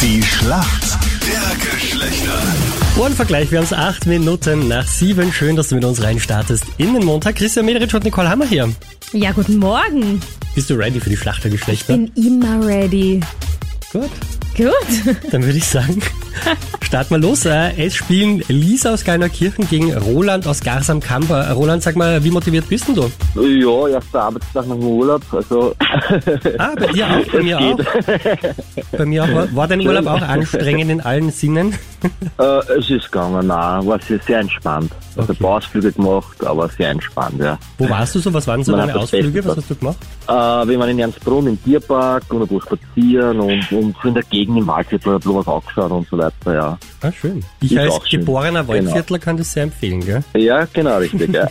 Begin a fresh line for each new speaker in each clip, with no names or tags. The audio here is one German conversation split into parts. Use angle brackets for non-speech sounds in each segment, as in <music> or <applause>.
Die Schlacht der Geschlechter.
Ohrenvergleich, wir haben es acht Minuten nach sieben. Schön, dass du mit uns reinstartest in den Montag. Christian Mederitsch und Nicole Hammer hier.
Ja, guten Morgen.
Bist du ready für die Schlacht der Geschlechter?
Bin immer ready.
Gut.
Gut.
Dann würde ich sagen,
<laughs>
starten wir los. Äh, Es spielen Lisa aus Gallnerkirchen gegen Roland aus Garsam-Kamper. Roland, sag mal, wie motiviert bist denn du?
Ja, erster Arbeitstag nach dem Urlaub. Also,
Ah, bei dir auch, bei mir auch. Bei mir auch. War- War dein Urlaub auch anstrengend in allen Sinnen?
äh, es ist gegangen, nein, war sehr, sehr entspannt.
Okay.
Also, ein paar Ausflüge gemacht, aber sehr entspannt, ja.
Wo warst du so? Was waren so
Man
deine
hat das
Ausflüge?
Beste
Was hast du gemacht?
Äh, wir waren in Ernstbrunn im Tierpark und ein bisschen spazieren und, und so in der Gegend im Waldviertel ein bisschen was angeschaut und so weiter, ja.
Ah, schön. Ich
Ist
als
auch schön.
geborener
Genau.
Waldviertler kann das sehr empfehlen, gell?
Ja, genau, richtig, ja.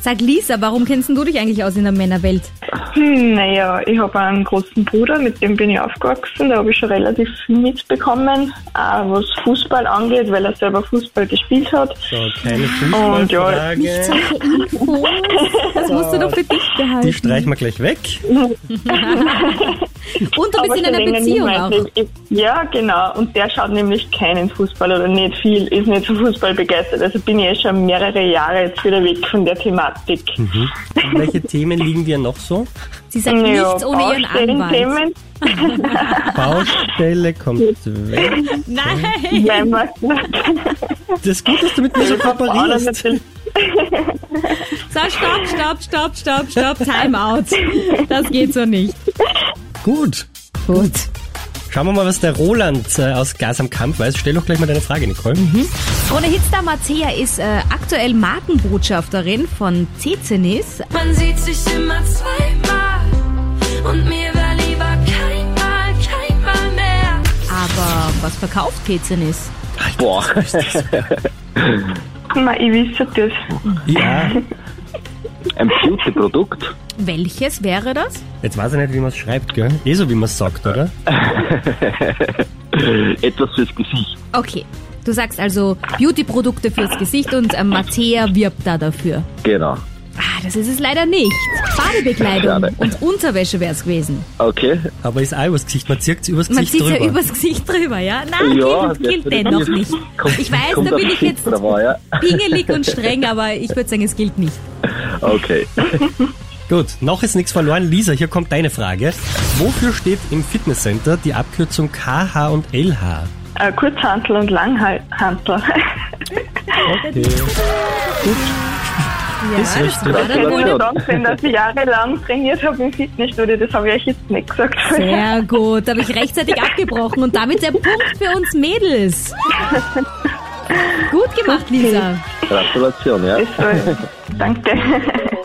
Sag Lisa, warum kennst denn du dich eigentlich aus in der Männerwelt?
Hm, naja, ich habe einen großen Bruder, mit dem bin ich aufgewachsen. Da habe ich schon relativ viel mitbekommen, auch was Fußball angeht, weil er selber Fußball gespielt hat.
So, keine
Oh,
Und ja.
Nicht
Fußballfrage.
solche Infos. Das musst du doch für dich behalten.
Die streichen wir gleich weg.
Und du bist in einer
deswegen
Beziehung
ich
auch.
meinte, ich- Ja, genau. Und der schaut nämlich keinen Fußball oder nicht viel, ist nicht so Fußball begeistert. Also bin ich eh schon mehrere Jahre jetzt wieder weg von der Thematik.
Um Welche Themen liegen dir noch so?
Sie sagt nichts ohne ihren Anwalt.
Themen,
Baustelle kommt weg.
Nein. <laughs>
wenn man
Das ist gut, dass du mit mir so kooperierst.
So, stopp, stopp, stopp, stopp, stopp. Time out. Das geht so nicht.
Gut.
Gut.
Schauen wir mal, was der Roland äh, aus Gas am Kampf weiß. Stell doch gleich mal deine Frage, Nicole.
Mhm. Krone Hitstar Mattea ist äh, aktuell Markenbotschafterin von Cezenis.
Man sieht sich immer zweimal und mir war lieber keinmal, keinmal mehr.
Aber was verkauft Cezenis?
Boah,
Nein, ich wüsste das.
Ja,
ein Beauty-Produkt.
Welches wäre das?
jetzt weiß ich nicht, wie man es schreibt, gell? Eh so, wie man es sagt, oder?
Etwas fürs Gesicht.
Okay. Du sagst also Beauty-Produkte fürs Gesicht und äh, Mattea wirbt da dafür.
Genau.
Ah, das ist es leider nicht. Badebekleidung
Schade.
und Unterwäsche wär's gewesen.
Okay.
Aber ist auch übers Gesicht. Man zirkt übers
Man
Gesicht
sieht ja
drüber.
übers Gesicht drüber, ja? Nein,
ja,
Ah, gilt, gilt
definitiv.
dennoch nicht.
<laughs> Kommt-
Ich weiß,
kommt
da
auf
bin ich
Schiff
jetzt
drauf an, ja.
<laughs> pingelig und streng, aber ich würde sagen, es gilt nicht.
Okay.
Gut, noch ist nichts verloren. Lisa, hier kommt deine Frage. Wofür steht im Fitnesscenter die Abkürzung KH und LH?
Äh, Kurzhantel und Langhantel. <laughs>
Okay.
Ja,
Ist richtig.
war
Ich
der
Ja,
würde
wohl.
gut.
nicht sagen, dass ich jahrelang trainiert habe im Fitnessstudio, das habe ich euch jetzt nicht gesagt.
<laughs>
<laughs>
Sehr gut, habe ich rechtzeitig abgebrochen und damit der Punkt für uns Mädels. Gut gemacht, Lisa.
Gratulation, ja.
Das war- Danke.